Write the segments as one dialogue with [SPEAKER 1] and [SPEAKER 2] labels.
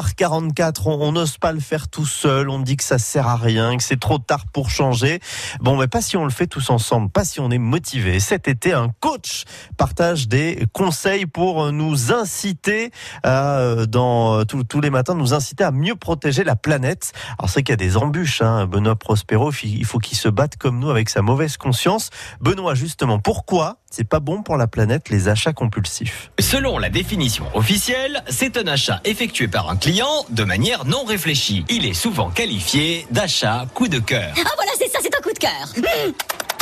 [SPEAKER 1] 8h44, on on n'ose pas le faire tout seul, on dit que ça sert à rien, que c'est trop tard pour changer. Bon, mais pas si on le fait tous ensemble, pas si on est motivé. Cet été, un coach partage des conseils pour nous inciter à, euh, dans euh, tous- tous les matins, nous inciter à mieux protéger la planète. Alors c'est qu'il y a des embûches, hein. Benoît Prospero, fi- il faut qu'il se batte comme nous avec sa mauvaise conscience. Benoît, justement, pourquoi c'est pas bon pour la planète les achats compulsifs
[SPEAKER 2] Selon la définition officielle, c'est un achat effectué par un client de manière non réfléchie. Il est souvent qualifié d'achat coup de cœur.
[SPEAKER 3] Ah voilà, c'est ça, c'est un coup de cœur. Mmh.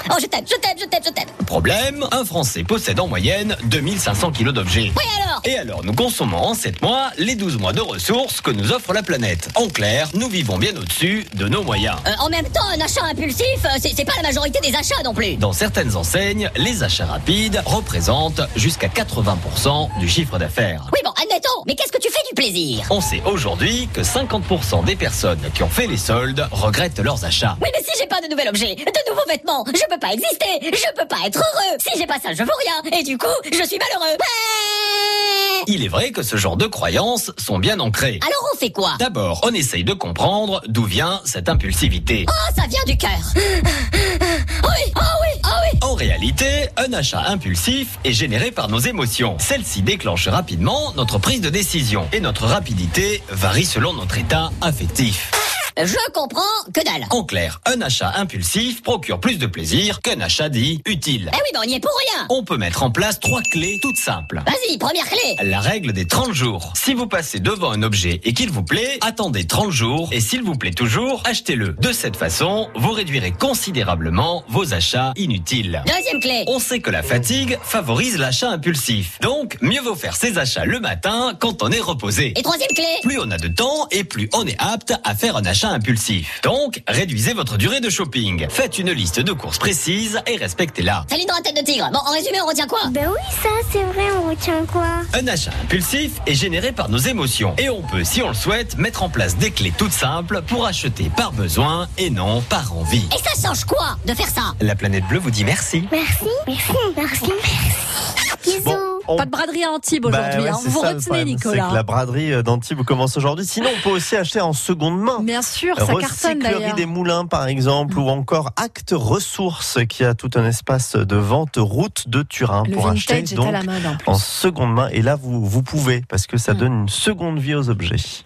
[SPEAKER 3] Oh, je t'aime, je t'aime, je t'aime, je t'aime.
[SPEAKER 2] Problème, un Français possède en moyenne 2500 kilos d'objets.
[SPEAKER 3] Oui alors
[SPEAKER 2] Et alors, nous consommons en 7 mois les 12 mois de ressources que nous offre la planète. En clair, nous vivons bien au-dessus de nos moyens.
[SPEAKER 3] Euh, En même temps, un achat impulsif, euh, c'est c'est pas la majorité des achats non plus.
[SPEAKER 2] Dans certaines enseignes, les achats rapides représentent jusqu'à 80% du chiffre d'affaires.
[SPEAKER 3] Oui bon, admettons, mais qu'est-ce que tu fais du plaisir
[SPEAKER 2] On sait aujourd'hui que 50% des personnes qui ont fait les soldes regrettent leurs achats.
[SPEAKER 3] Oui mais si j'ai pas de nouvel objet, de nouveaux vêtements, je peux pas exister, je peux pas être heureux. Si j'ai pas ça, je vaux rien, et du coup, je suis malheureux. Ouais.
[SPEAKER 2] Il est vrai que ce genre de croyances sont bien ancrées.
[SPEAKER 3] Alors on fait quoi
[SPEAKER 2] D'abord, on essaye de comprendre d'où vient cette impulsivité.
[SPEAKER 3] Oh, ça vient du cœur. Oh oui, oh oui, oh oui.
[SPEAKER 2] En réalité, un achat impulsif est généré par nos émotions. Celle-ci déclenche rapidement notre prise de décision et notre rapidité varie selon notre état affectif.
[SPEAKER 3] Je comprends que dalle.
[SPEAKER 2] En clair, un achat impulsif procure plus de plaisir qu'un achat dit utile.
[SPEAKER 3] Eh oui, mais on y est pour rien.
[SPEAKER 2] On peut mettre en place trois clés toutes simples.
[SPEAKER 3] Vas-y, première clé.
[SPEAKER 2] La règle des 30 jours. Si vous passez devant un objet et qu'il vous plaît, attendez 30 jours et s'il vous plaît toujours, achetez-le. De cette façon, vous réduirez considérablement vos achats inutiles.
[SPEAKER 3] Deuxième clé.
[SPEAKER 2] On sait que la fatigue favorise l'achat impulsif. Donc, mieux vaut faire ses achats le matin quand on est reposé.
[SPEAKER 3] Et troisième clé.
[SPEAKER 2] Plus on a de temps et plus on est apte à faire un achat impulsif. Donc, réduisez votre durée de shopping. Faites une liste de courses précises et respectez-la.
[SPEAKER 3] Saline dans la tête de tigre. Bon, en résumé, on retient quoi
[SPEAKER 4] Ben oui, ça, c'est vrai, on retient quoi
[SPEAKER 2] Un achat impulsif est généré par nos émotions et on peut, si on le souhaite, mettre en place des clés toutes simples pour acheter par besoin et non par envie.
[SPEAKER 3] Et ça change quoi de faire ça
[SPEAKER 2] La planète bleue vous dit merci.
[SPEAKER 4] Merci, merci, merci, merci. Bisous.
[SPEAKER 1] Bon, on-
[SPEAKER 5] Pas de braderie à Antibes
[SPEAKER 1] Bah
[SPEAKER 5] aujourd'hui.
[SPEAKER 1] ouais,
[SPEAKER 5] hein.
[SPEAKER 1] c'est
[SPEAKER 5] Vous
[SPEAKER 1] ça le
[SPEAKER 5] retenez,
[SPEAKER 1] problème, C'est que
[SPEAKER 5] Nicolas.
[SPEAKER 1] la braderie euh, d'Antibes commence aujourd'hui. Sinon, on peut aussi acheter en seconde main.
[SPEAKER 5] Bien sûr, ça cartonne
[SPEAKER 1] Recyclerie
[SPEAKER 5] d'ailleurs.
[SPEAKER 1] des Moulins, par exemple, ou encore Acte Ressources, qui a tout un espace de vente route de Turin
[SPEAKER 5] Le
[SPEAKER 1] pour acheter
[SPEAKER 5] vintage est à
[SPEAKER 1] donc
[SPEAKER 5] la mode en plus.
[SPEAKER 1] en seconde main. Et là, vous, vous pouvez, parce que ça
[SPEAKER 5] Mm.
[SPEAKER 1] donne une seconde vie aux objets.